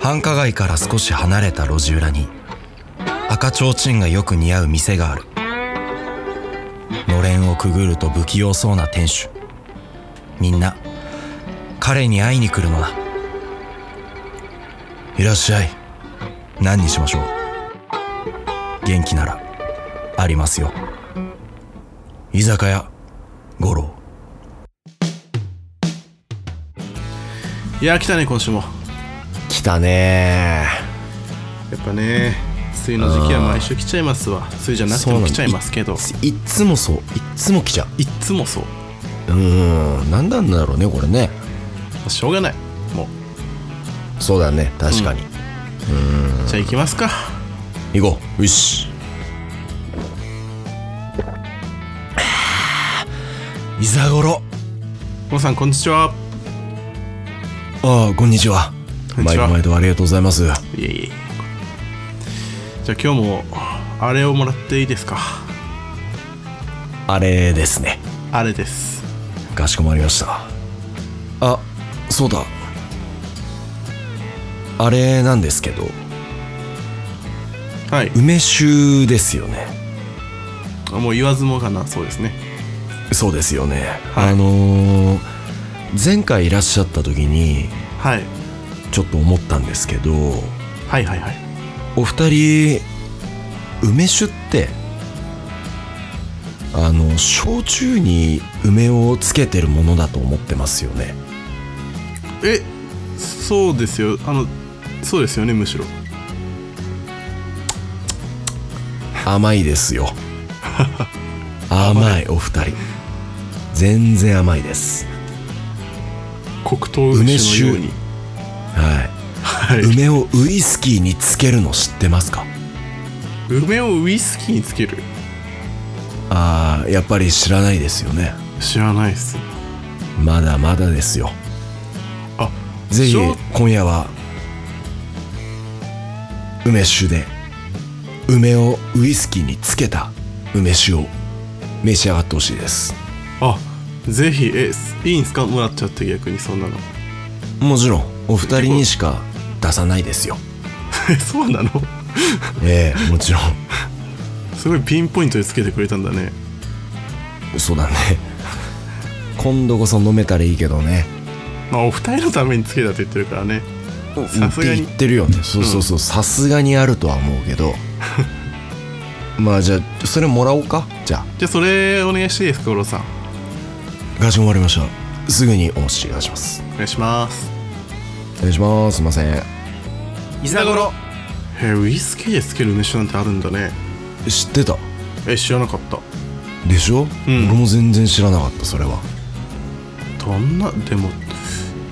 繁華街から少し離れた路地裏に赤ちょうちんがよく似合う店があるのれんをくぐると不器用そうな店主みんな彼に会いに来るのだいらっしゃい何にしましょう元気ならありますよ居酒屋五郎いや来たね今週も来たねやっぱね梅雨の時期は毎週来ちゃいますわ梅雨じゃなくても来ちゃいますけどいついつもそういつも来ちゃいっつもそうううん何なんだろうねこれねしょうがないもそうだね確かに、うじゃあ行きますか行こうよしいざごろ皆さんこんにちはああこんにちはこんにち毎は度毎度ありがとうございますいえいえじゃあ今日もあれをもらっていいですかあれですねあれですかしこまりましたあそうだあれなんですけどはい梅酒ですよねもう言わずもがなそうですねそうですよね、はいあのー前回いらっしゃった時にはいちょっと思ったんですけどはいはいはいお二人梅酒ってあの焼酎に梅をつけてるものだと思ってますよねえそうですよあのそうですよねむしろ甘いです よ甘いお二人全然甘いです黒糖梅酒のようにははいい梅をウイスキーにつけるの知ってますか梅をウイスキーにつけるああやっぱり知らないですよね知らないっすまだまだですよあぜひ焼今夜は梅酒で梅をウイスキーにつけた梅酒を召し上がってほしいですあぜひえすいいんすかもらっちゃって逆にそんなの もちろんお二人にしか出さないですよえそうなのええもちろんすごいピンポイントでつけてくれたんだね そうだね今度こそ飲めたらいいけどねまあお二人のためにつけたって言ってるからねさすっがにて言ってるよねそうそうそうさすがにあるとは思うけどまあじゃあそれもらおうかじゃあじゃあそれお願いしていいですか五郎さんガチ終わりましたすぐにお持ちいたしますお願いしますお願いしますすいませんいざごろえウイスキーでつける梅酒なんてあるんだね知ってたえ知らなかったでしょ、うん俺も全然知らなかったそれはどんなでも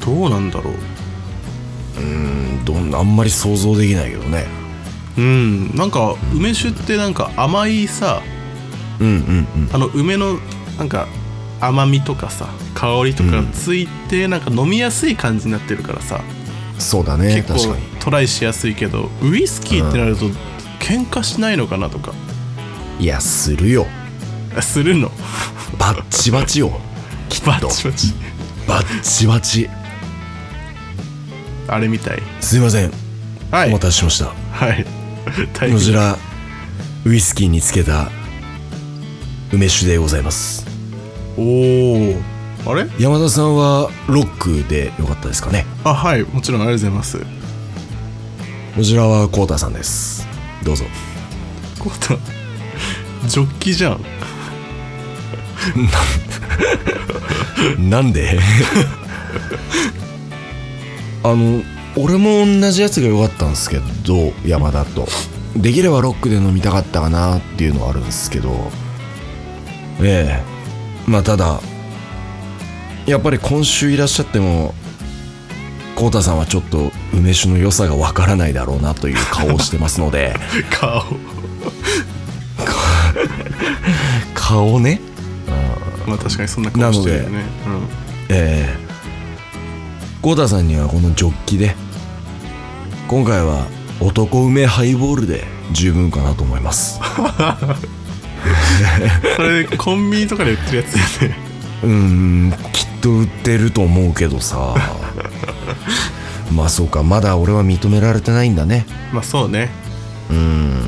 どうなんだろううんどんあんまり想像できないけどねうんなんか梅酒ってなんか甘いさうんうんうんあの梅のなんか甘みとかさ香りとかがついて、なんか飲みやすい感じになってるからさそうだね結確構かにトライしやすいけどウイスキーってなると喧嘩しないのかなとか いやするよあするのバッチバ チよきっとバチバチバッチバチあれみたいすいません、はおい待たせしましたはい大こち変らウイスキーにつけた梅酒でございますおーあれ山田さんはロックでよかったですかねあはいもちろんありがとうございますこちらはコウタさんですどうぞこうだジョッキじゃんなんで あの俺も同じやつが良かったんですけど山田とできればロックで飲みたかったかなっていうのはあるんですけどええまあただやっぱり今週いらっしゃってもコウタさんはちょっと梅酒の良さがわからないだろうなという顔をしてますので顔 顔ねまあ確かにそんな顔してるよねうんえー、ゴーダさんにはこのジョッキで今回は男梅ハイボールで十分かなと思いますそれコンビニとかで売ってるやつだよねうーんきっと売ってると思うけどさまあそうかまだ俺は認められてないんだねまあそうねうーん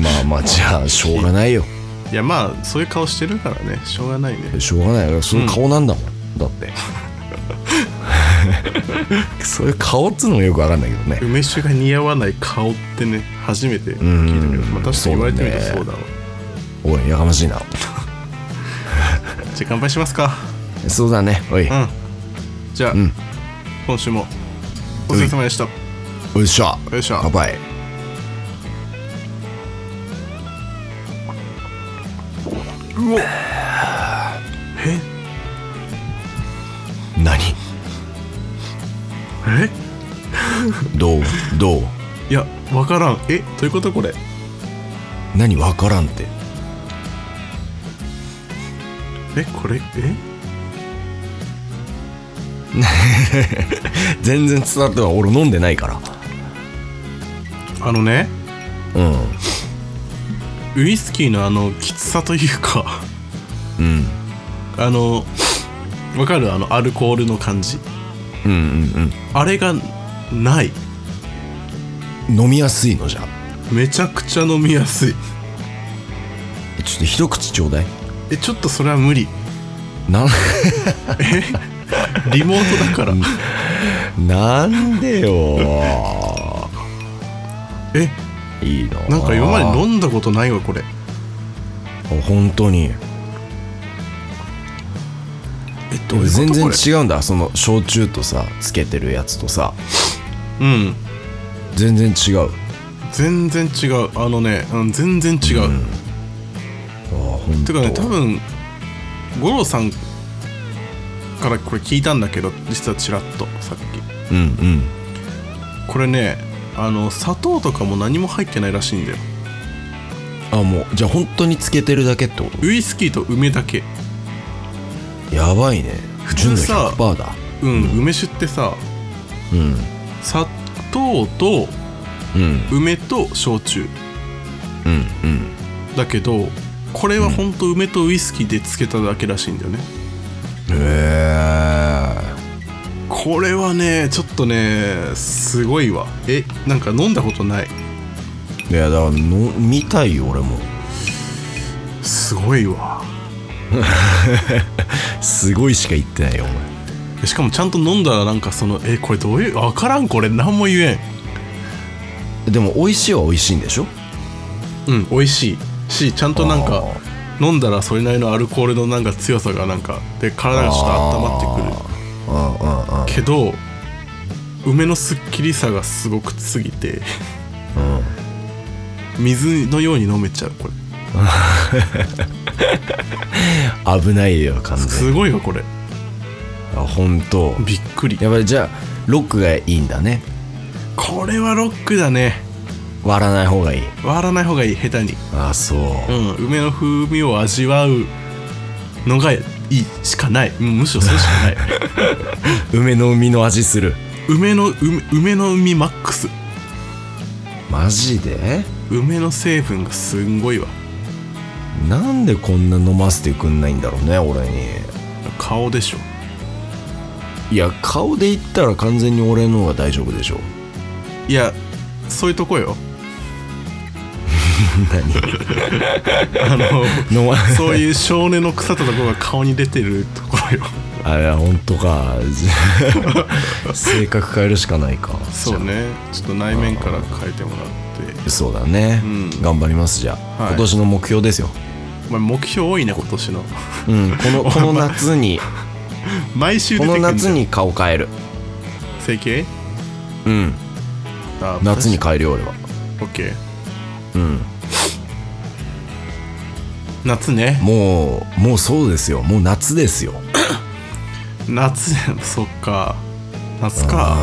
まあまあじゃあしょうがないよいやまあそういう顔してるからねしょうがないねしょうがないよそういう顔なんだもん、だってそういう顔っつうのもよくわかんないけどね梅酒が似合わない顔ってね初めて聞いたけうど、んまあ、確かに言われてみるとそうだねそうだわ、おいやかましいなじゃあ乾杯しますかそうだねおい、うんじゃあ、ん今週もお疲れ様でしたよいしょよいしょ乾杯うお何えどうどういやわからんえどういうことこれ何わからんってえこれえ全然伝わっては俺飲んでないからあのねうんウイスキーのあのきつさというかうんあのわかるあのアルコールの感じうんうんあれがないうん飲みやすいのじゃめちゃくちゃ飲みやすいちょっと一口ちょうだいえちょっとそれは無理なリモートだから なんでよえいいななんか今までん飲んだことないわこれ本当にえどういうこと全然これ違うんだその焼酎とさつけてるやつとさうん全然違う全然違うあのね、うん、全然違う、ああほんとてかね多分五郎さんからこれ聞いたんだけど実はちらっとさっきうんうんこれねあの砂糖とかも何も入ってないらしいんだよあもうじゃあ本当につけてるだけってことウイスキーと梅だけやばいね普純通度さ100%だうん、梅酒ってさうん砂糖とうん梅と焼酎うんうんだけどこれはほんと梅とウイスキーでつけただけらしいんだよね、へえこれはねちょっとねすごいわえなんか飲んだことないいやだからの見たいよ俺もすごいわすごいしか言ってないよお前しかもちゃんと飲んだらなんかそのえこれどういうわからんこれ何も言えんでも美味しいは美味しいんでしょうん美味しいしちゃんとなんか飲んだらそれなりのアルコールのなんか強さがなんかで体がちょっと温まってくるうんうんうんけど梅のすっきりさがすごくすぎて、水のように飲めちゃうこれ危ないよ完全にすごいわこれあ本当びっくりやっぱりじゃあロックがいいんだねこれはロックだね割らない方がいい割らない方がいい下手にあそう、うん梅の風味を味わうのがいいしかないうんむしろそれしかない梅の海の味する梅の梅梅の海マックスマジで梅の成分がすんごいわなんでこんな飲ませてくんないんだろうね俺に顔でしょいや顔で言ったら完全に俺の方が大丈夫でしょいやそういうとこよ何 あの飲まそういう少年の腐ったところが顔に出てるところよあれ本当 か性格変えるしかないかそうねちょっと内面から変えてもらってそうだね、うん頑張りますじゃあ、はい今年の目標ですよ、お前目標多いね今年のうん、こ のこの夏に毎週出こてくのるんだよ夏に顔変える 整形うんあ夏にか変えるよ俺は OK うん夏ねもうもうそうですよもう夏ですよ夏 そっか夏か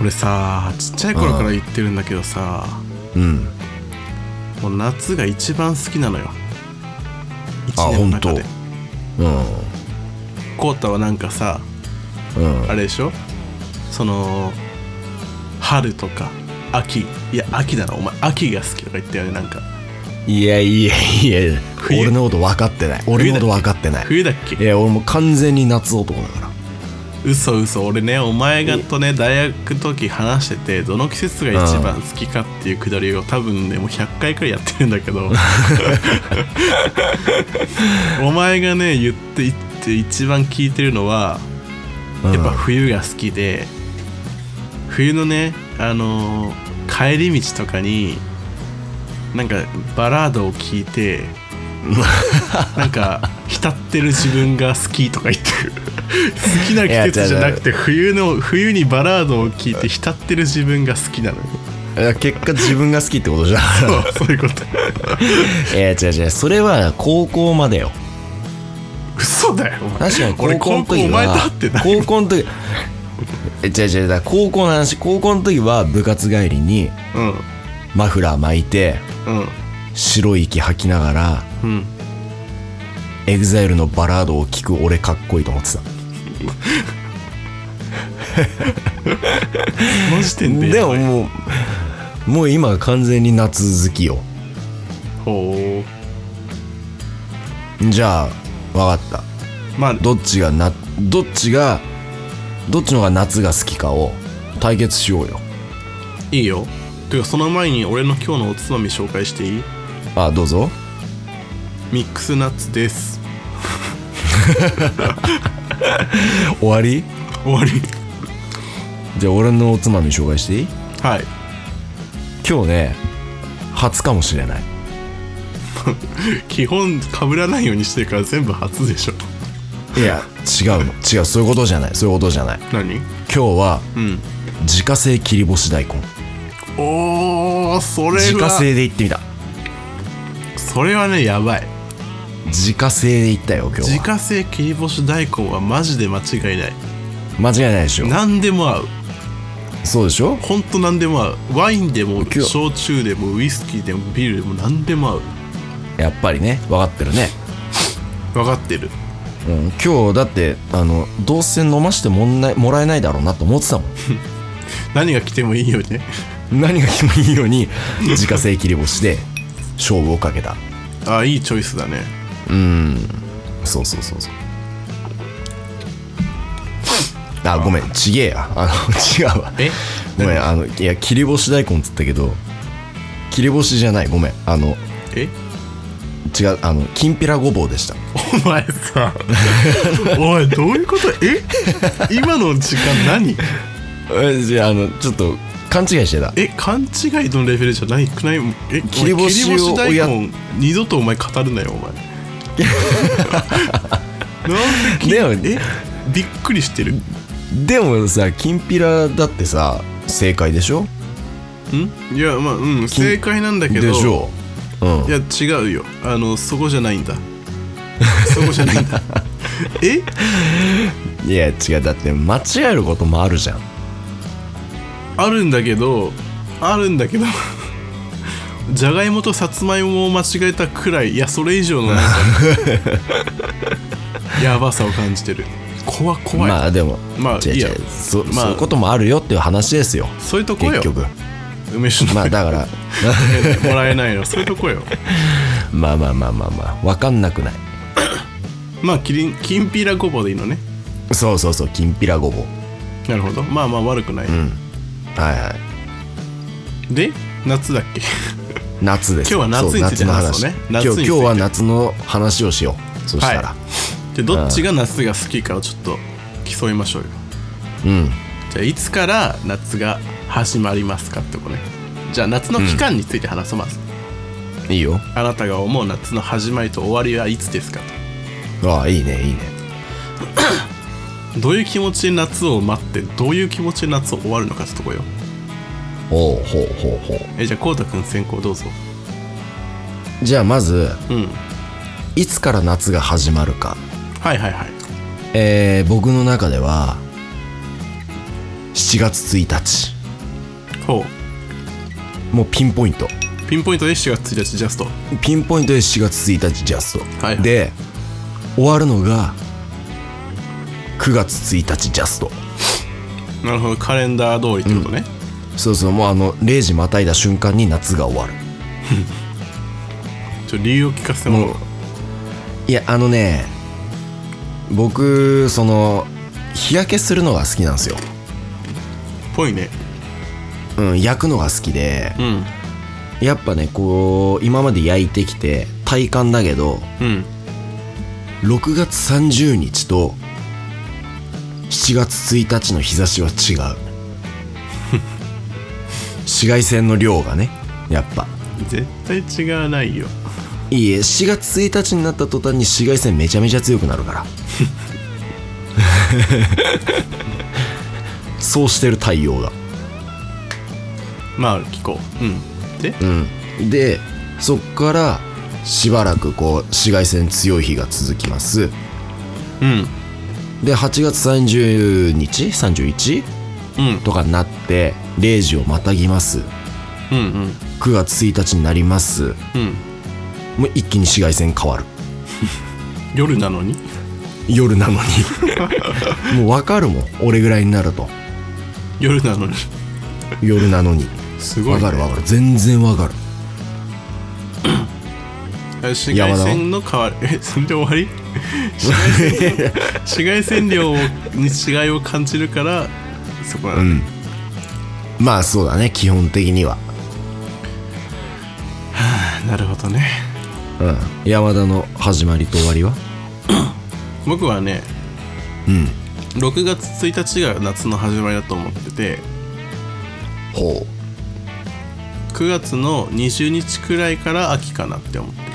俺さちっちゃい頃から言ってるんだけどさうんもう夏が一番好きなのよあ一年の中で本うんコータはなんかさうんあれでしょその春とか秋いや秋だなお前秋が好きとか言ったよねなんかいやいやいや冬俺のこと分かってない俺のこと分かってない冬だっけいや俺もう完全に夏男だから嘘嘘俺ねお前がとね大学の時話しててどの季節が一番好きかっていうくだりを多分ねもう100回くらいやってるんだけどお前がね言って言って一番聞いてるのはやっぱ冬が好きで、冬のねあのー帰り道とかになんかバラードを聞い てなんか浸ってる自分が好きとか言ってる好きな季節じゃなくて冬の冬にバラードを聞いて浸ってる自分が好きなのよや結果自分が好きってことじゃん そういうこと いや違う違うそれは高校までよ嘘だよお前確かに俺高校の高校時お前とは会ってない高校の時え違う違うだから高校の話高校の時は部活帰りにうんマフラー巻いてうん白い息吐きながらうんエグザイルのバラードを聴く俺かっこいいと思ってたこの時点ででももうもう今完全に夏好きよほじゃあ分かったうまあどっちがなどっちがどっちの方が夏が好きかを対決しようよいいよてかその前に俺の今日のおつまみ紹介していいあどうぞミックスナッツです終わり終 わりじゃあ俺のおつまみ紹介していいはい今日ね初かもしれない基本かぶらないようにしてるから全部初でしょいや違うの違うそういうことじゃないそういうことじゃない 何今日はうん自家製切り干し大根おーそれ自家は製でいってみたそれはねやばい自家製でいったよ今日自は家製切り干し大根はマジで間違いない間違いないでしょ何でも合うそうでしょほんと何でも合うワインでも今日焼酎でもウイスキーでもビールでも何でも合うやっぱりね分かってるね分かってるうん、今日だってあのどうせ飲ましてもんないもらえないだろうなと思ってたもん何が来てもいいよ ね何が気もいいように自家製切り干しで勝負をかけたああいいチョイスだねうんそうそうそうそうあごめんちげえやあの違うわえごめんあのいや切り干し大根っつったけど切り干しじゃないごめんあのえ違うあのきんぴらごぼうでしたお前さ おいどういうことえ今の時間何えじゃああのちょっと勘違いしてたえ勘違いのレベルじゃないくないえ切り干しを切り干大や根二度とお前語るなよお前 なんできでもえびっくりしてるんでもさきんぴらだってさ正解でしょいやまあうん正解なんだけどでしょう、うんい、や違うよあのそこじゃないんだそこじゃ ないんだえいや違うだって間違えることもあるじゃんあるんだけどあるんだけど じゃがいもとさつまいもを間違えたくらいいやそれ以上のなんか やばさを感じてる怖怖い、まあでもまあ違ういいや違うそ,、まあそういうこともあるよっていう話ですよそういうとこよ結局梅酒のまあだから もらえないのそういうとこよまあまあまあまあまあ分かんなくないまあきりんきんぴらごぼうでいいのねそうそうそうきんぴらごぼうなるほどまあまあ悪くない、うんはいはいで夏だっけ夏です今日は夏についてそう話そうね夏の話夏につ今いて日今日は夏の話をしようそしたら、はでどっちが夏が好きかをちょっと競いましょうようんじゃあいつから夏が始まりますかってことねじゃあ夏の期間について話そうます、いいよあなたが思う夏の始まりと終わりはいつですかああいいねいいねとどういう気持ちで夏を待ってどういう気持ちで夏を終わるのかってとこよおうほうほうほうえじゃあこうたくん先行どうぞじゃあまずうんいつから夏が始まるかはいはいはいえー、僕の中では7月1日ほもうピンポイントうピンポイントで7月1日ジャストピンポイントで7月1日ジャスト、はいはいで終わるのが9月1日ジャストなるほどカレンダー通りってことね、そうそうもうあの0時またいだ瞬間に夏が終わるちょ理由を聞かせてもらおういやあのね僕その日焼けするのが好きなんですよ、ぽいねうん、焼くのが好きでうんやっぱねこう今まで焼いてきて体感だけどうん6月30日と7月1日の日差しは違う 紫外線の量がねやっぱ絶対違わないよいいえ7月1日になった途端に紫外線めちゃめちゃ強くなる からそうしてる太陽がまあ聞こううんでうんでそっからしばらくこう紫外線強い日が続きますうんで8月30日 31? うんとかになって0時をまたぎますうんうん9月1日になりますうんもう一気に紫外線変わる夜なのに夜なのに もう分かるもん俺ぐらいになると夜なのに夜なのにすごい、分ね、かる分かる全然分かる紫外線の変わるえそれで終わり紫外線量に違いを感じるからそこなの、うんまあそうだね基本的にはなるほどねうん山田の始まりと終わりは僕はねうん6月1日が夏の始まりだと思っててほ9月の20日くらいから秋かなって思ってる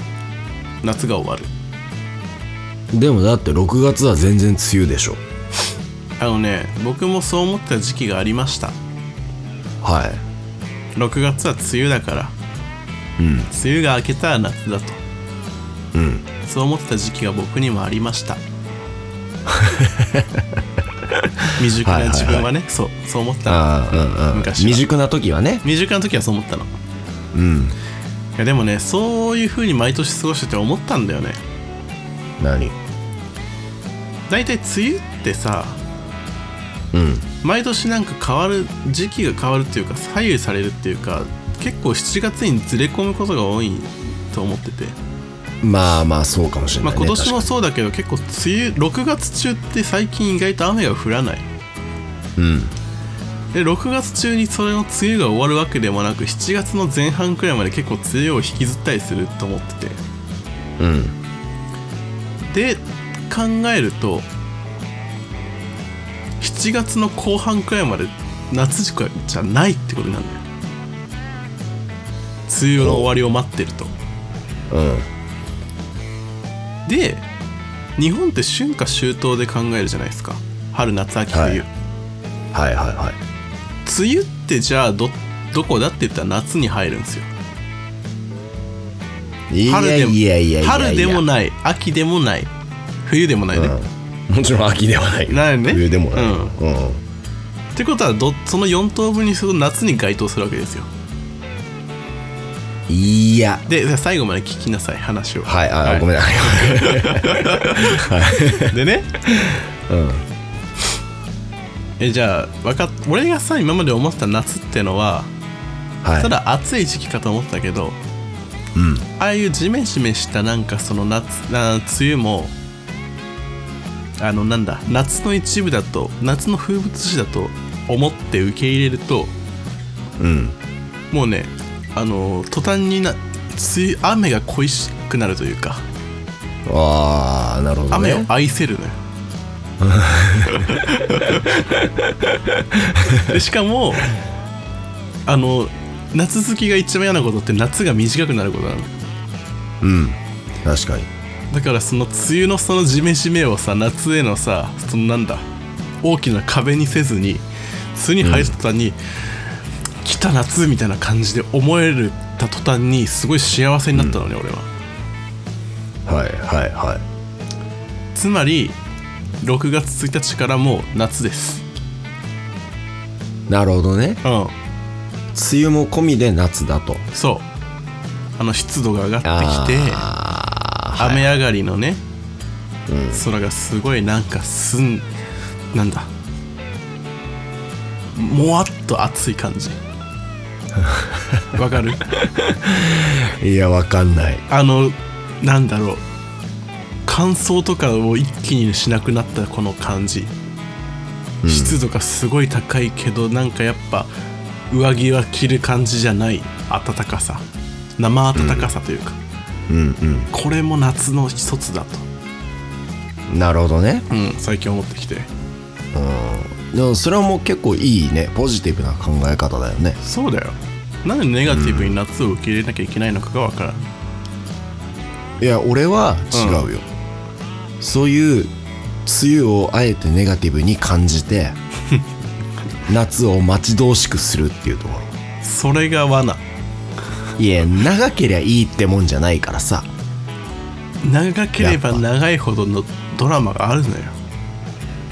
夏が終わるうでもだって6月は全然梅雨でしょあのね僕もそう思ってた時期がありましたはい6月は梅雨だからうん梅雨が明けたら夏だとうんそう思ってた時期が僕にもありました 未熟な自分はね、そうそう思ってたのああうんうん昔は未熟な時はね未熟な時はそう思ったのいうんやでもねそういう風に毎年過ごしてて思ったんだよね何大体梅雨ってさうん毎年なんか変わる時期が変わるっていうか左右されるっていうか結構7月にずれ込むことが多いと思ってて、まあまあそうかもしれなまあ、い、ね今年も確そうだけど結構梅雨6月中って最近意外と雨が降らないかにうんで6月中にそれの梅雨が終わるわけでもなく7月の前半くらいまで結構梅雨を引きずったりすると思ってうんてで考えると7月の後半くらいまで夏時間じゃないってことなんだよ梅雨の終わりを待ってるとうんで日本って春夏秋冬で考えるじゃないですか春夏秋冬、はいはいはいはい梅雨ってじゃあどどこだって言ったら夏に入るんですよいや春でもいやいやいやいや春でもない秋でもない冬でもないね、っうん、もちろん秋ではないよないね冬でもない、ううんんてことはどその4等分にすると夏に該当するわけですよいやでじゃあ最後まで聞きなさい話をはいあ、ごめん なさいはいでね うんえじゃあわかっ俺がさ今まで思ってた夏ってのは、はいただ暑い時期かと思ってたけどうんああいうジメジメしたなんかその夏あー梅雨もあのなんだ夏の一部だと夏の風物詩だと思って受け入れるとうんもうねあの途端にな梅雨雨が恋しくなるというかああなるほど雨をね愛 せるのよでしかもあの夏好きが一番嫌なことって夏が短くなることなのうん確かにだからその梅雨のそのジメジメをさ夏へのさそのなんだ大きな壁にせずに梅雨に入った途端に、来た夏みたいな感じで思えるた途端にすごい幸せになったのね、俺ははいはいはいつまり6月1日からもう夏ですなるほどねうん梅雨も込みで夏だとそうあの湿度が上がってきてあ雨上がりのね、うん空がすごいなんかすんなんだもわっと暑い感 じわかるーいやわかんないあのなんだろう乾燥とかを一気にしなくなったこの感じうん湿度がすごい高いけどなんかやっぱ上着は着る感じじゃない暖かさ生暖かさというか、うんこれも夏の一つだと、うんなるほどねうん、最近思ってきてでもそれはもう結構いいねポジティブな考え方だよねそうだよなんでネガティブに夏を受け入れなきゃいけないのかがわからんいや俺は違うよ、そういう梅雨をあえてネガティブに感じ て夏を待ち遠しくするっていうところそれが罠いや長けりゃいいってもんじゃないからさ長ければ長いほどのドラマがあるのよ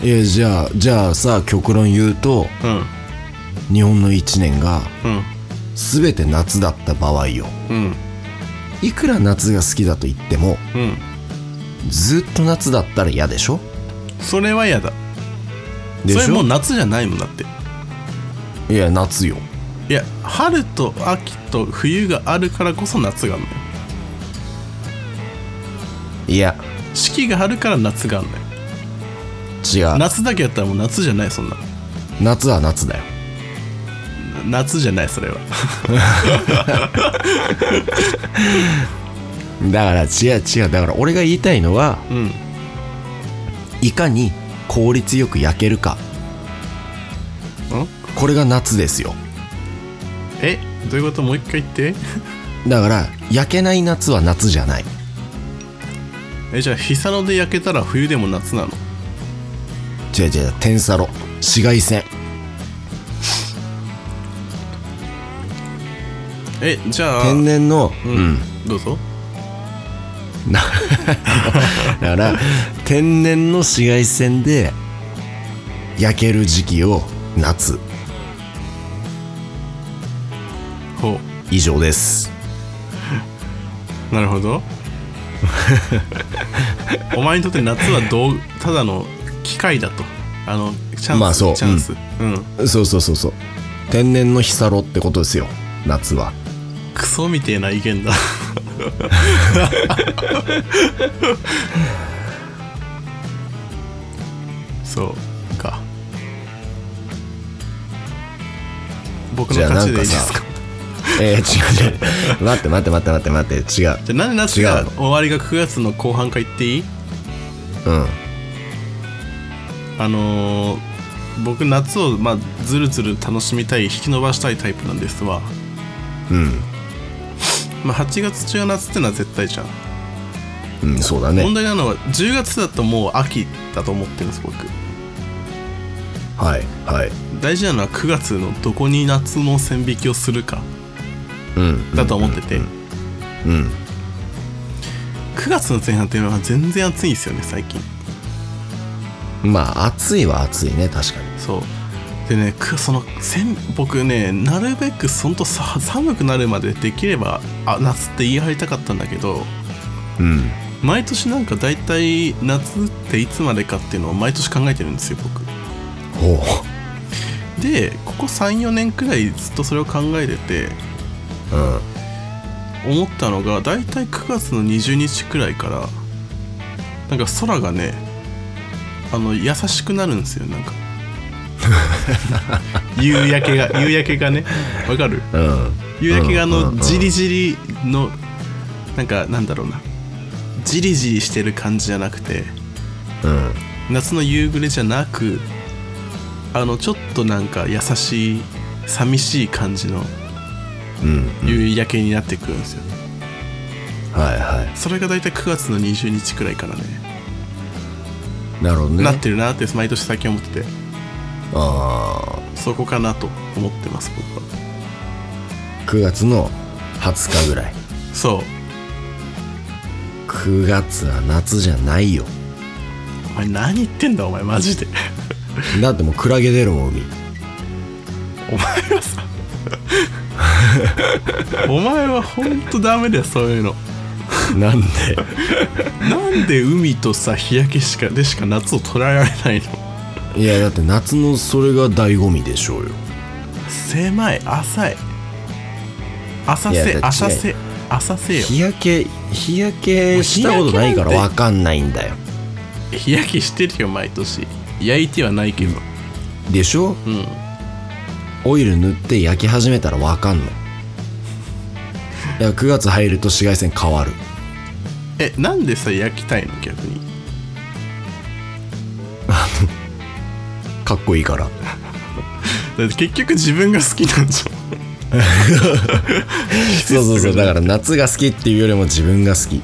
いやじゃあじゃあさ極論言うとう日本の1年がん全て夏だった場合ようんうんいくら夏が好きだと言ってもうんずっと夏だったら嫌でしょそれは嫌だでそれしもうょ夏じゃないもんだっていや夏よいや春と秋と冬があるからこそ夏があるのよいや四季があるから夏があるのよ違う夏だけやったらもう夏じゃないそんな夏は夏だよ夏じゃないそれはだから違う違うだから俺が言いたいのはうんいかに効率よく焼けるかこれが夏ですよえどういうこともう一回言ってだから焼けない夏は夏じゃないえじゃあ日サロで焼けたら冬でも夏なの違う違う天サロ紫外線えじゃあ天然のううん、んどうぞだから天然の紫外線で焼ける時期を夏ほ以上ですうなる ほどお前にとって夏はどうただの機械だとあのチャンス、まあそうチャンスうん、そうそうそうそう天然の日サロってことですよ夏はクソみてえな 意見だそうか僕のじゃあ勝ちでいいでなんすかかさえー、違う違う待って待って待って待って待って違うじゃあなんで夏違うがの終わりが9月の後半か言っていいうんあのー僕夏をまあずるずる楽しみたい引き伸ばしたいタイプなんですわ、うんまあ、8月中の夏ってのは絶対じゃん、うんそうだ問ね題なのは10月だともう秋だと思ってるんです僕はいはい大事なのは9月のどこに夏の線引きをするかうんだと思っててうん9月の前半っていうのは全然暑いんですよね最近まあ暑いは暑いね確かにそうでねくそのせん僕ねなるべくそんとさ寒くなるまでできればあ夏って言い張りたかったんだけどうん毎年なんか大体夏っていつまでかっていうのを毎年考えてるんですよ僕ほでここ34年くらいずっとそれを考えててううん思ったのが大体9月の20日くらいからなんか空がねあの優しくなるんですよなん か夕焼けが夕焼けがねわかるうん夕焼けがあうんうんうのんじりじりのなんかなんだろうなじりじりしてる感じじゃなくてうん夏の夕暮れじゃなくあのちょっとなんか優しい寂しい感じのうん夕焼けになってくるんですよ、はいはそれが大体9月の20日くらいからねいなるほどねなってるなって毎年最近思っててあそこかなと思ってます僕はー9月の20日ぐらいそう9月は夏じゃないよお前何言ってんだお前マジで だってもうクラゲ出るもん海お前はさお前はほんとダメだよそういうの なんでなんで海とさ日焼けしかでしか夏を捉えられないのいやだって夏のそれが醍醐味でしょうよ狭い浅い浅いや瀬だって浅瀬浅瀬よ日焼け日焼けしたことないから日焼けなん分かんないんだよ日焼けしてるよ毎年焼いてはないけどでしょうんオイル塗って焼き始めたらわかんのいや9月入ると紫外線変わるえなんでさ焼きたいの逆にかっこいいからだって結局自分が好きなんじゃそうそうそうだから夏が好きっていうよりも自分が好きん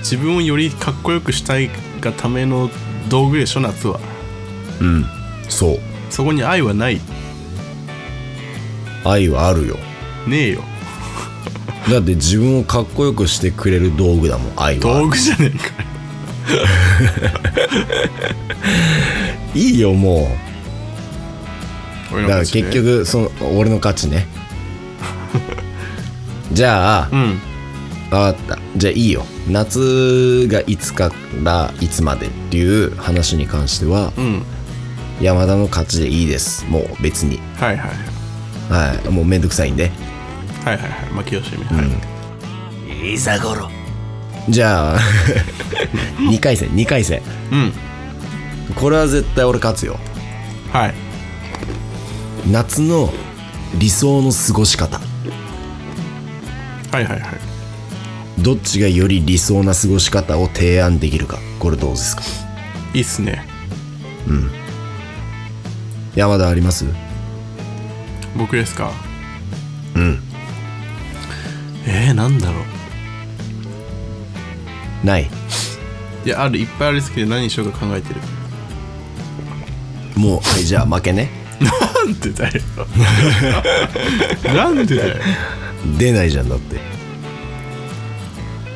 自分をよりかっこよくしたいがための道具でしょ夏はうんそうそこに愛はない愛はあるよねえよだって自分をかっこよくしてくれる道具だもん愛は道具じゃねえかよいいよも俺うのだから口で結局その俺の価値 ねじゃあうんわかったじゃあいいよ夏がいつからいつまでっていう話に関してはうん山田の勝ちでいいですもう別にはいはいはいもうめんどくさいんではいはいはいはい巻き惜しみはい、いざごろじゃあ2回戦2回戦うん、これは絶対俺勝つよはい夏の理想の過ごし方はいはいはいどっちがより理想な過ごし方を提案できるかこれどうですかいいっすね山田あります僕ですかうんえー、なんだろうないいやあるいっぱいあるんですけど何にしようか考えてるもうはいじゃあ負けねなんでだよ なんでだよ出ないじゃんだって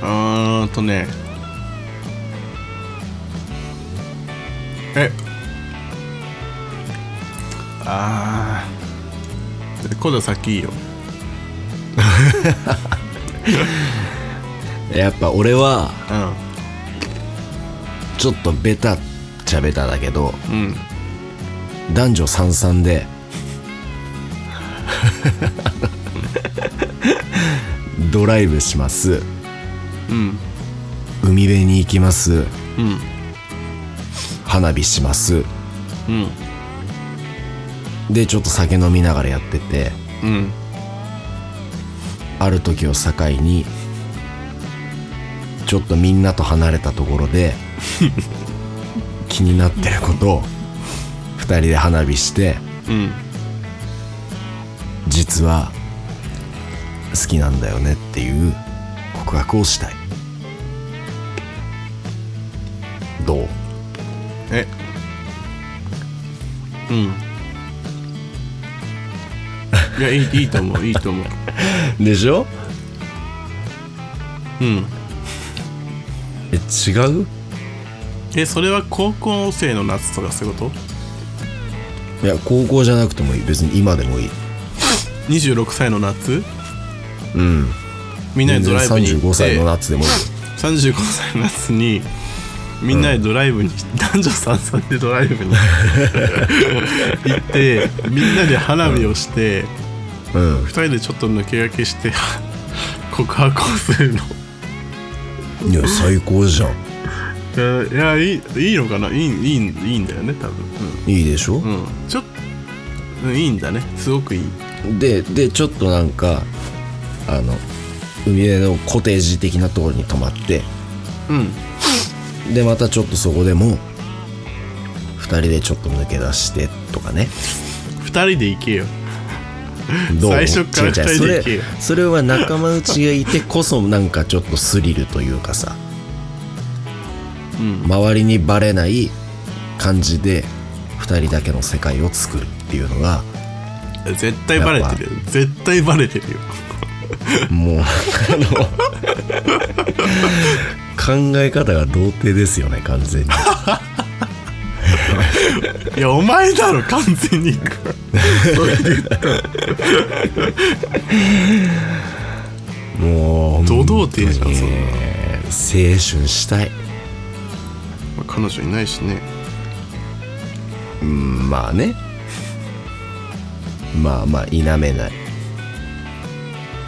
うーんとねえああ今度先いいよやっぱ俺はうんちょっとベタっちゃベタだけどうん男女三々でドライブしますうん海辺に行きますうん花火しますうんでちょっと酒飲みながらやっててうんある時を境にちょっとみんなと離れたところ で気になってることを2人で花火してうん実は好きなんだよねっていう告白をしたいどうえうんいやいいいいと思ういいと思うでしょうんえ違うえそれは高校生の夏とかそういうこといや高校じゃなくてもいい別に今でもいい26歳の夏うんみんなで全然ドライブに行って35歳の夏でもいい35歳の夏にみんなでドライブに、男女三々でドライ ブに行ってみんなで花火をして、うん二人でちょっと抜け駆けして告白をするのいや最高じゃんえーいやいいいいのかないいいいいいんだよね多分いいでしょ、うん、うん、ちょっとうんいいんだねすごくいいででちょっとなんかあの海辺のコテージ的なところに泊まってうんでまたちょっとそこでも2人でちょっと抜け出してとかね二人で行けよどう最初から違う違う二人で行けよそれそれは仲間内がいてこそなんかちょっとスリルというかさうん周りにバレない感じで2人だけの世界を作るっていうのが絶対バレてるよ絶対バレてるよもうあの考え方が童貞ですよね完全にいやお前だろ完全にそれで言ったらもう堂々と言うじ本ゃん当にそん青な春したいまあ彼女いないしねうんまあねまあまあ否めない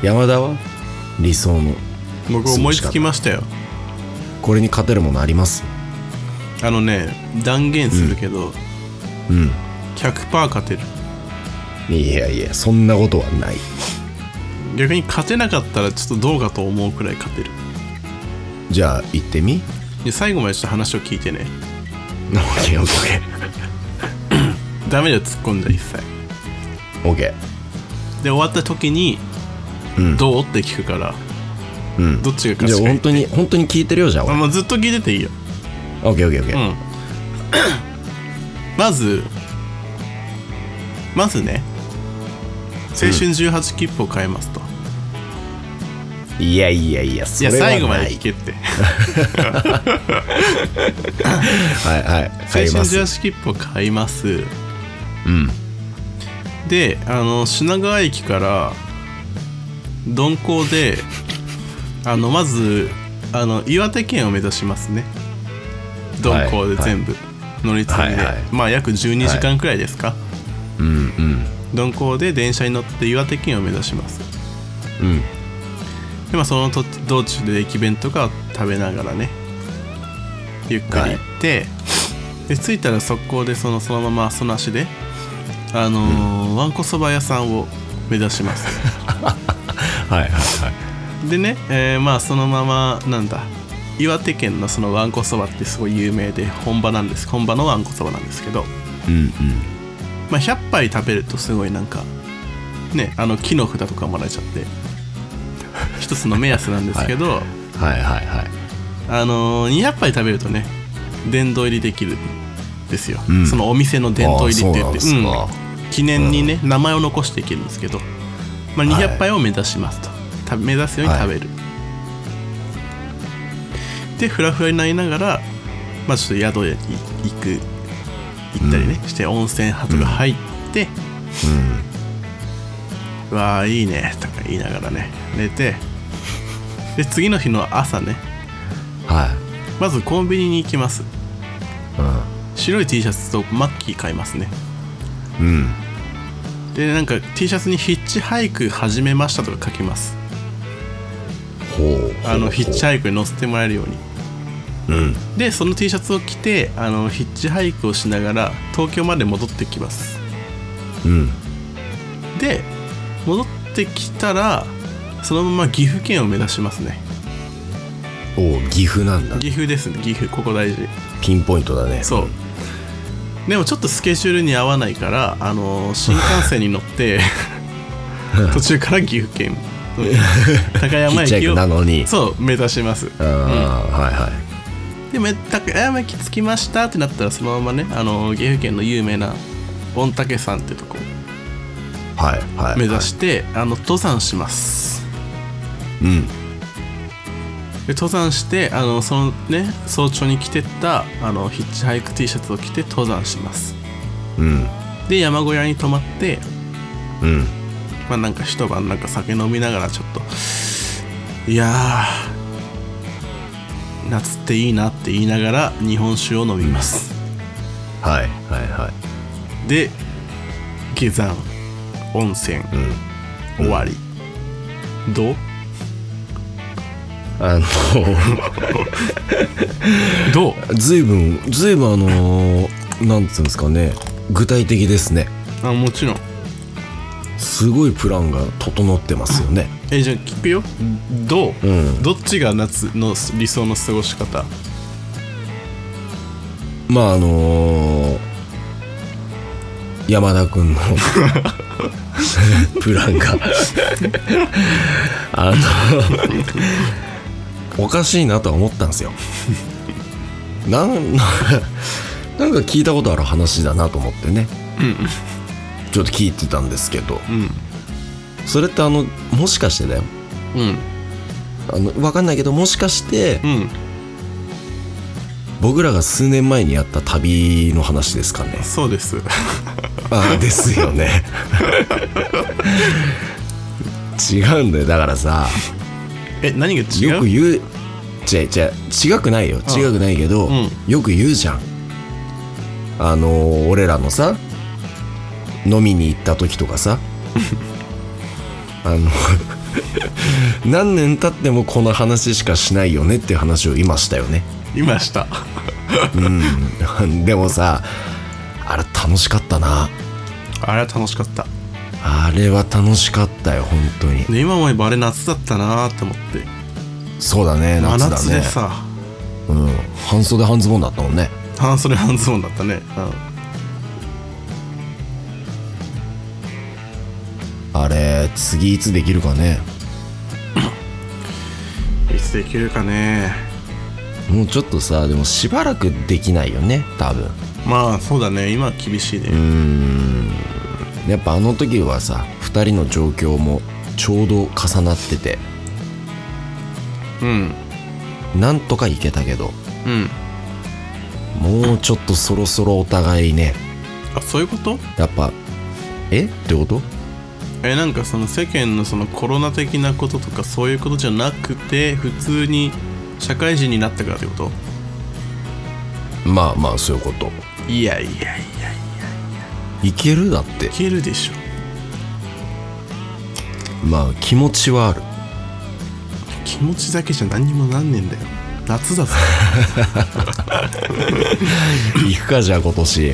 山田は理想の僕思いつきましたよこれに勝てるものありますあのね断言するけど、うん100%勝てるいやいやそんなことはない逆に勝てなかったらちょっとどうかと思うくらい勝てるじゃあ行ってみで最後までちょっと話を聞いてね OKOKOK ダメだよ突っ込んだ一切で終わった時にうんどうって聞くからうんどっちがじゃあ勝ちか言本って当に本当に聞いてるよじゃああ俺もうずっと聞いてていいよ OKOKOK うんまずまずね青春18切符を買えますと、いやいやいやそいれやはない最後まで聞けってはいはい青買春います18切符を買いますうんであの品川駅から鈍行であのまずあの岩手県を目指しますね鈍行で全部乗り継いで、はいはいまあ約12時間くらいですか、うんうん鈍行で電車に乗って岩手県を目指しますうんで、まあ、その途道中で駅弁とか食べながらねゆっくり行って、で着いたら速攻でそのそのままその足であのーわんこそば屋さんを目指しますはいはいはいでね、えーまあそのままなんだ岩手県のそのわんこそばってすごい有名で本場なんです本場のわんこそばなんですけど、うんうんまあ、100杯食べるとすごいなんかねあの木の札とかもらえちゃって一つの目安なんですけど、はいはいはいあのー200杯食べるとね殿堂入りできるんですよ、うんそのお店の殿堂入りって言ってあそうなんですうん記念にね、名前を残していけるんですけど、まあ、はい200杯を目指しますと、た目指すように食べる、でフラフラになりながら、まあ、ちょっと宿へ行く行ったりね、して温泉泊が入って、わあいいねとか言いながらね寝てで次の日の朝ねはまずコンビニに行きますい白い T シャツとマッキー買いますねうんうんでなんか T シャツに「ヒッチハイク始めました」とか書きますほうあのヒッチゃハイクに乗せてもらえるようにうんでその T シャツを着てあのヒッチハイクをしながら東京まで戻ってきますうんで戻ってきたらそのまま岐阜県を目指しますねおう岐阜なんだ岐阜ですね岐阜ここ大事ピンポイントだねそうでもちょっとスケジュールに合わないからあの新幹線に乗って途中から岐 阜県の高ヒ山ッチハイ駅クをなのにそう目指しますああはいはいでめ高山駅着きましたってなったらそのままねあの岐阜県の有名な御嶽山ってとこはいはい目指して、あの登山しますうんで登山してあのそのね早朝に着てったあのヒッチハイク T シャツを着て登山しますうんで山小屋に泊まってうんまあなんか一晩なんか酒飲みながらちょっといやー夏っていいなって言いながら日本酒を飲みますはいはいはいで下山温泉うん終わり、どうあの どうずいぶんずいぶんあのーなんつうんですかね具体的ですねあもちろんすごいプランが整ってますよねえじゃあ聞くよどう、うんどっちが夏の理想の過ごし方まああのー山田君のプランがあのおかしいなとは思ったんですよなんななんか聞いたことある話だなと思ってねちょっと聞いてたんですけどうんそれってあのもしかしてだようんあの分かんないけどもしかしてうん僕らが数年前にやった旅の話ですかねそうですあーですよね違うんだよだからさえ何が違うよく言う違う違う違くないようん違くないけど、うんよく言うじゃんあのー俺らのさ飲みに行った時とか さあの何年経ってもこの話しかしないよねっていう話を 今したよねいましたうんでもさあれ楽しかったなあれは楽しかった、あれは楽しかったよ本当にね、今思えばあれ夏だったなーって思ってそうだね真夏だ夏ねでさうん、半袖半ズボンだったもんね半袖半ズボンだったね、あれ次いつできるかねうん、いつできるかねもうちょっとさでもしばらくできないよね多分まあそうだね今は厳しいね、うーんやっぱあの時はさ2人の状況もちょうど重なっててうんなんとかいけたけどうんもうちょっとそろそろお互いねあそういうことやっぱえってことえなんかその世間のそのコロナ的なこととかそういうことじゃなくて普通に社会人になったからってことまあまあそういうこといやいやいやいけるだっていけるでしょまあ気持ちはある気持ちだけじゃ何にもなんねえんだよ夏 だぞ行くかじゃあ今年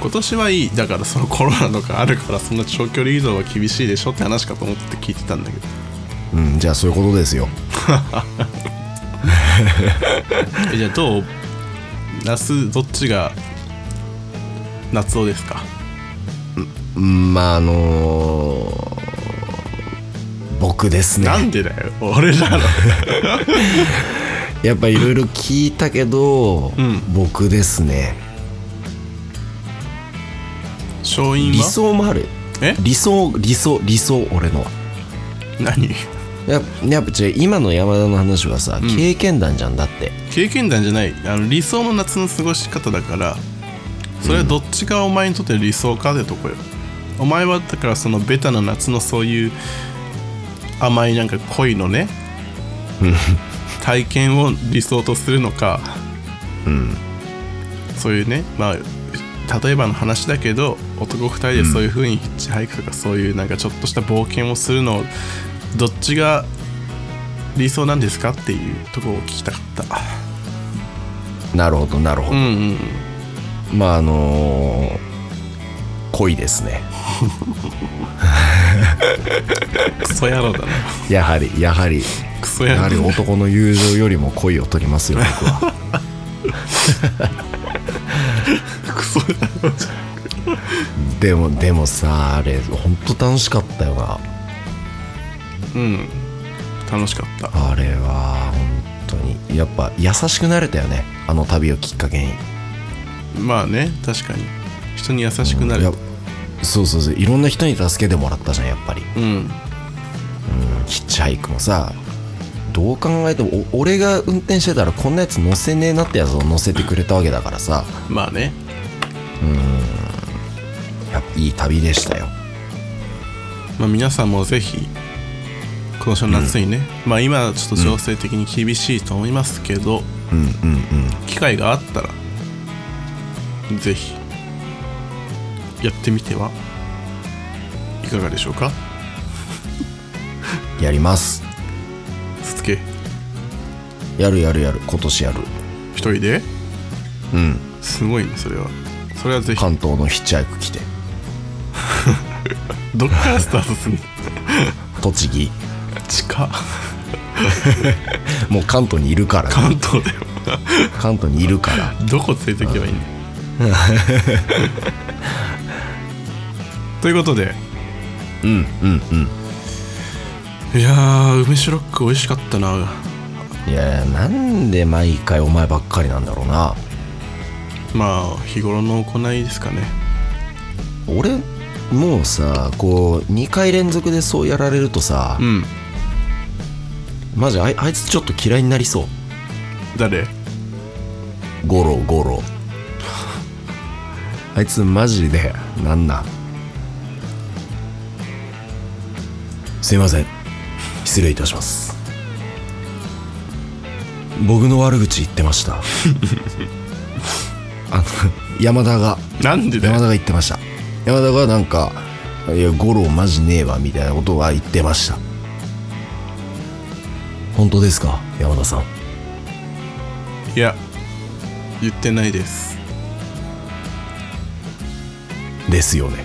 今年はいいだからそのコロナとかあるからそんな長距離移動は厳しいでしょって話かと思って聞いてたんだけどうんじゃあそういうことですよえじゃあどう夏どっちが夏男ですかうんまああの僕ですねなんでだよ俺ら のやっぱいろいろ聞いたけど、うん僕ですね勝因は理想もあるえ理想理想理想俺のは何ややっぱ違う今の山田の話はさ、ん経験談じゃんだって経験談じゃないあの理想の夏の過ごし方だからそれはどっちがお前にとって理想かってとこよ、お前はだからそのベタな夏のそういう甘いなんか恋のね体験を理想とするのかうんそういうねまあ例えばの話だけど男2人でそういう風にヒッチハイクとかそういうなんかちょっとした冒険をするのどっちが理想なんですかっていうところを聞きたかったなるほどなるほうど、んうんまああのー恋ですねクソ野郎だなやはりやはりクソや野はり郎男の友情よりも恋を取りますよ僕 はクソ野郎じゃんでもでもさあれ本当楽しかったよなうん楽しかったあれは本当にやっぱ優しくなれたよねあの旅をきっかけにまあね確かに人に優しくなるいやそうそうそういろんな人に助けてもらったじゃんやっぱりうんヒッチハイクもさどう考えてもお俺が運転してたらこんなやつ乗せねえなってやつを乗せてくれたわけだからさまあねやっぱいい旅でしたよまあ皆さんもぜひ今年の夏にね、まあ今はちょっと情勢的に厳しいと思いますけど、うんうんうん機会があったらぜひやってみてはいかがでしょうかやりますつつけやるやるやる今年やる一人でうんすごいねそれはそれはぜひ関東のヒッチハイク来てどっからスタートするの栃木近っもう関東にいるから、ね、関東だよ関東にいるからどこ連れていけばいいのということでうんうんうんいやー梅シロック美味しかったないやなんで毎回お前ばっかりなんだろうなまあ日頃の行いですかね俺もうさこう2回連続でそうやられるとさ、うんマジあいあいつちょっと嫌いになりそう誰ゴロゴロ あいつマジでなんなんすいません失礼いたします僕の悪口言ってました あの山田がなんでだ山田がよ言ってました山田がなんか「いや五郎マジねえわ」みたいなことは言ってました本当ですか山田さんいや言ってないですですよね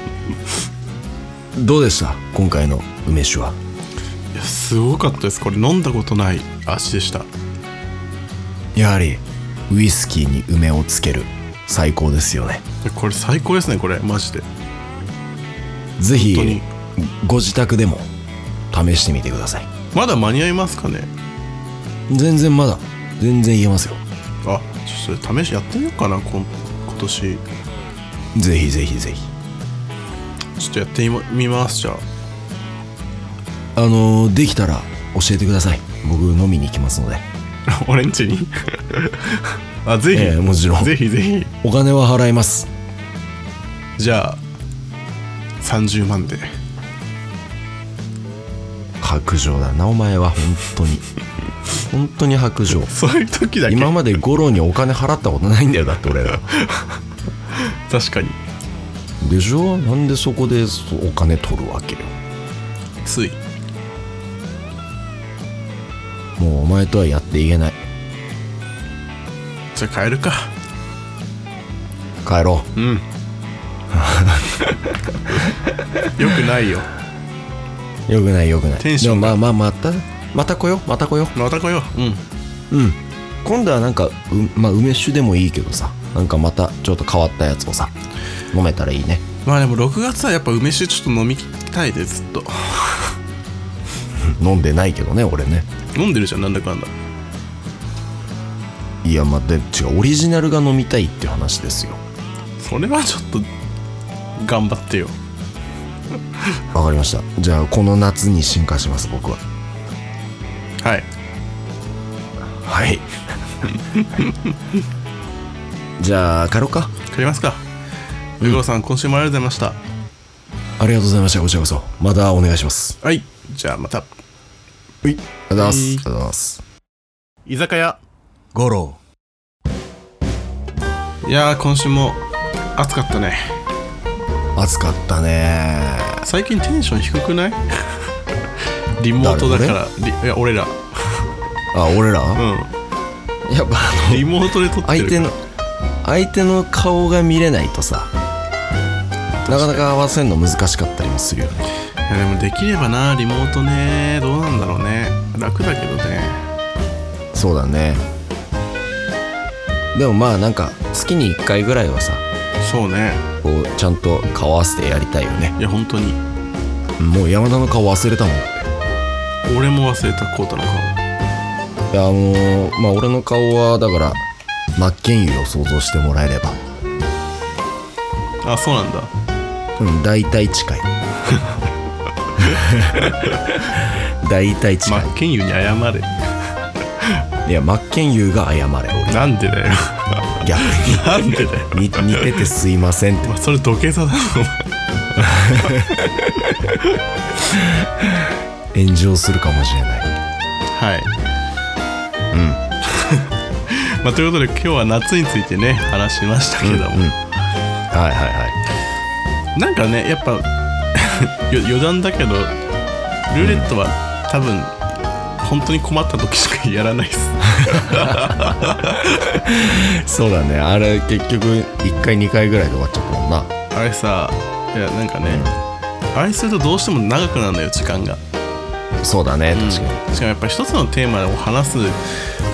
どうでした今回の梅酒はいやすごかったですこれ飲んだことない味でしたやはりウイスキーに梅をつける最高ですよねこれ最高ですねこれマジでぜ本当ひにご自宅でも試してみてくださいまだ間に合いますかね全然まだ全然言えますよあちょっとそれ試しやってみようかなこん今年ぜひぜひぜひちょっとやってみみま すじゃああのーできたら教えてください僕飲みに行きますので俺んちに あぜひ、ええもちろんぜひぜひお金は払いますじゃあ30万で白状だなお前は本当に 本当に白状そういう時だけ今まで五郎にお金払ったことないんだよだって俺ら確かにでしょなんでそこでそお金取るわけよついもうお前とはやっていけないじゃあ帰るか帰ろうん よくないようよくないよくないテンシでョもンまあまあまたまた来ようまた来よまた来よううんううん今度はなんかう、まあ、梅酒でもいいけどさなんかまたちょっと変わったやつをさ飲めたらいいねまあでも6月はやっぱ梅酒ちょっと飲みたいでずっと飲んでないけどね俺ね飲んでるじゃんなんだかんだいやまあで違うオリジナルが飲みたいって話ですよそれはちょっと頑張ってよわかりましたじゃあこの夏に進化します僕ははいはい じゃあ帰ろうか帰りますか上郷さん、今週もありがとうございましありがとうございましたこちらこそまたお願いしますたはいじゃあまたはいありがとうございます、はいありがとうございます居酒屋ゴロいやー今週も暑かったね暑かったね最近テンション低く ないリモートだからリいや俺らうあ俺ら、んやっぱあリのモートで撮ってる 相手の相手の顔が見れないとさなかなか合わせるの難しかったりもするよねいやでもできればなリモートねどうなんだろうね楽だけどねそうだねでもまあなんか月に1回ぐらいはさそうねこうちゃんと顔合わせてやりたいよねいや本当にもう山田の顔忘れたもんい俺も忘れたコータの顔やもうまあ俺の顔はだから真剣佑を想像してもらえればあそうなんだうん大体近い大体近真い、っ健優に謝れいや真剣佑が謝れ俺なんでだよ 逆 なんでだよにに似ててすいませんってまあそれ土下座だろお前炎上するかもしれないはいうん まあということで今日は夏についてね話しましたけども、うんうんはいはいはいなんかねやっぱ よ余談だけどルーレットは多分本当に困った時しかやらないですそうだねあれ結局1回2回ぐらいで終わっちゃったもんなあれさいやなんかね、あれするとどうしても長くなるんだよ時間がそうだね確かに、しかもやっぱ一つのテーマを話す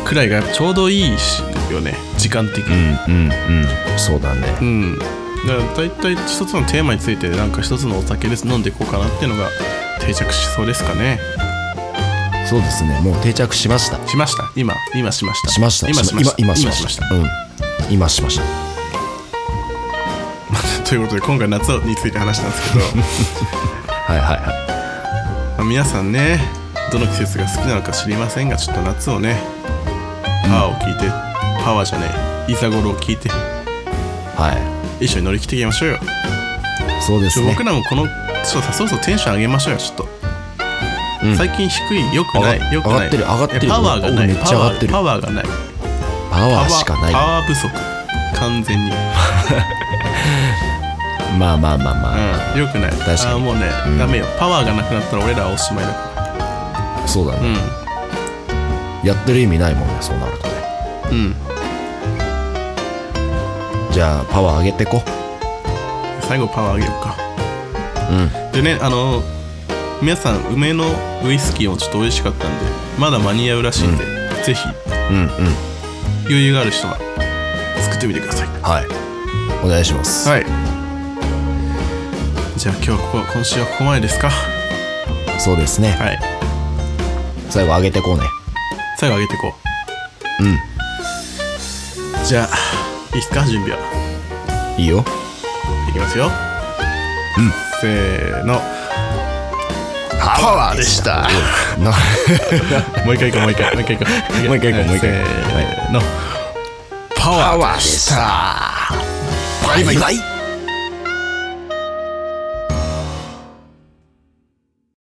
くらいがやっぱちょうどいいしよね時間的うにんうんうんそうだねうん、だから大体一つのテーマについてなんか一つのお酒です飲んでいこうかなっていうのが定着しそうですかねそうですねもう定着しましたしました今今しましたしました今し今ました今しましたうん今しましたということで今回夏について話したんです けどはいはいはまあ皆さんねどの季節が好きなのか知りませんがちょっと夏をねパワーを聞いて、パワーじゃねえいざごろを聞いていは一緒に乗り切っていきましょうよ、いそうでちすょね僕らもこのちょっとそろそろテンション上げましょうよちょっと、うん最近低いよくな上いがよくな上がいってる上がってるいやパワーがないおめっちゃ上がってるパワーパワーがないパパワワーーしかないパワー不足完全に、うん、まあまあまあまあ、よくないかにあーもうね、うんダメよパワーがなくなったら俺らはおしまいだかそうだらうね、んやってる意味ないもんねそうなるとねうんじゃあパワー上げてこ最後パワーあげようかうんでねあの皆さん梅のウイスキーもちょっと美味しかったんでまだ間に合うらしいんで、ぜひうんうん余裕がある人は作ってみてくださいはいお願いしますはいじゃあ今日はここ今週はここまでですかはそうですねい最後上げてこうね最後上げてこううじゃあいいっすか準備はんいいよいきますようんせーのパワーでしたなもう一回いこうもう一回もう一回いこ うもう一回行こうもう一回せーのパワーパワーでしたバイバイ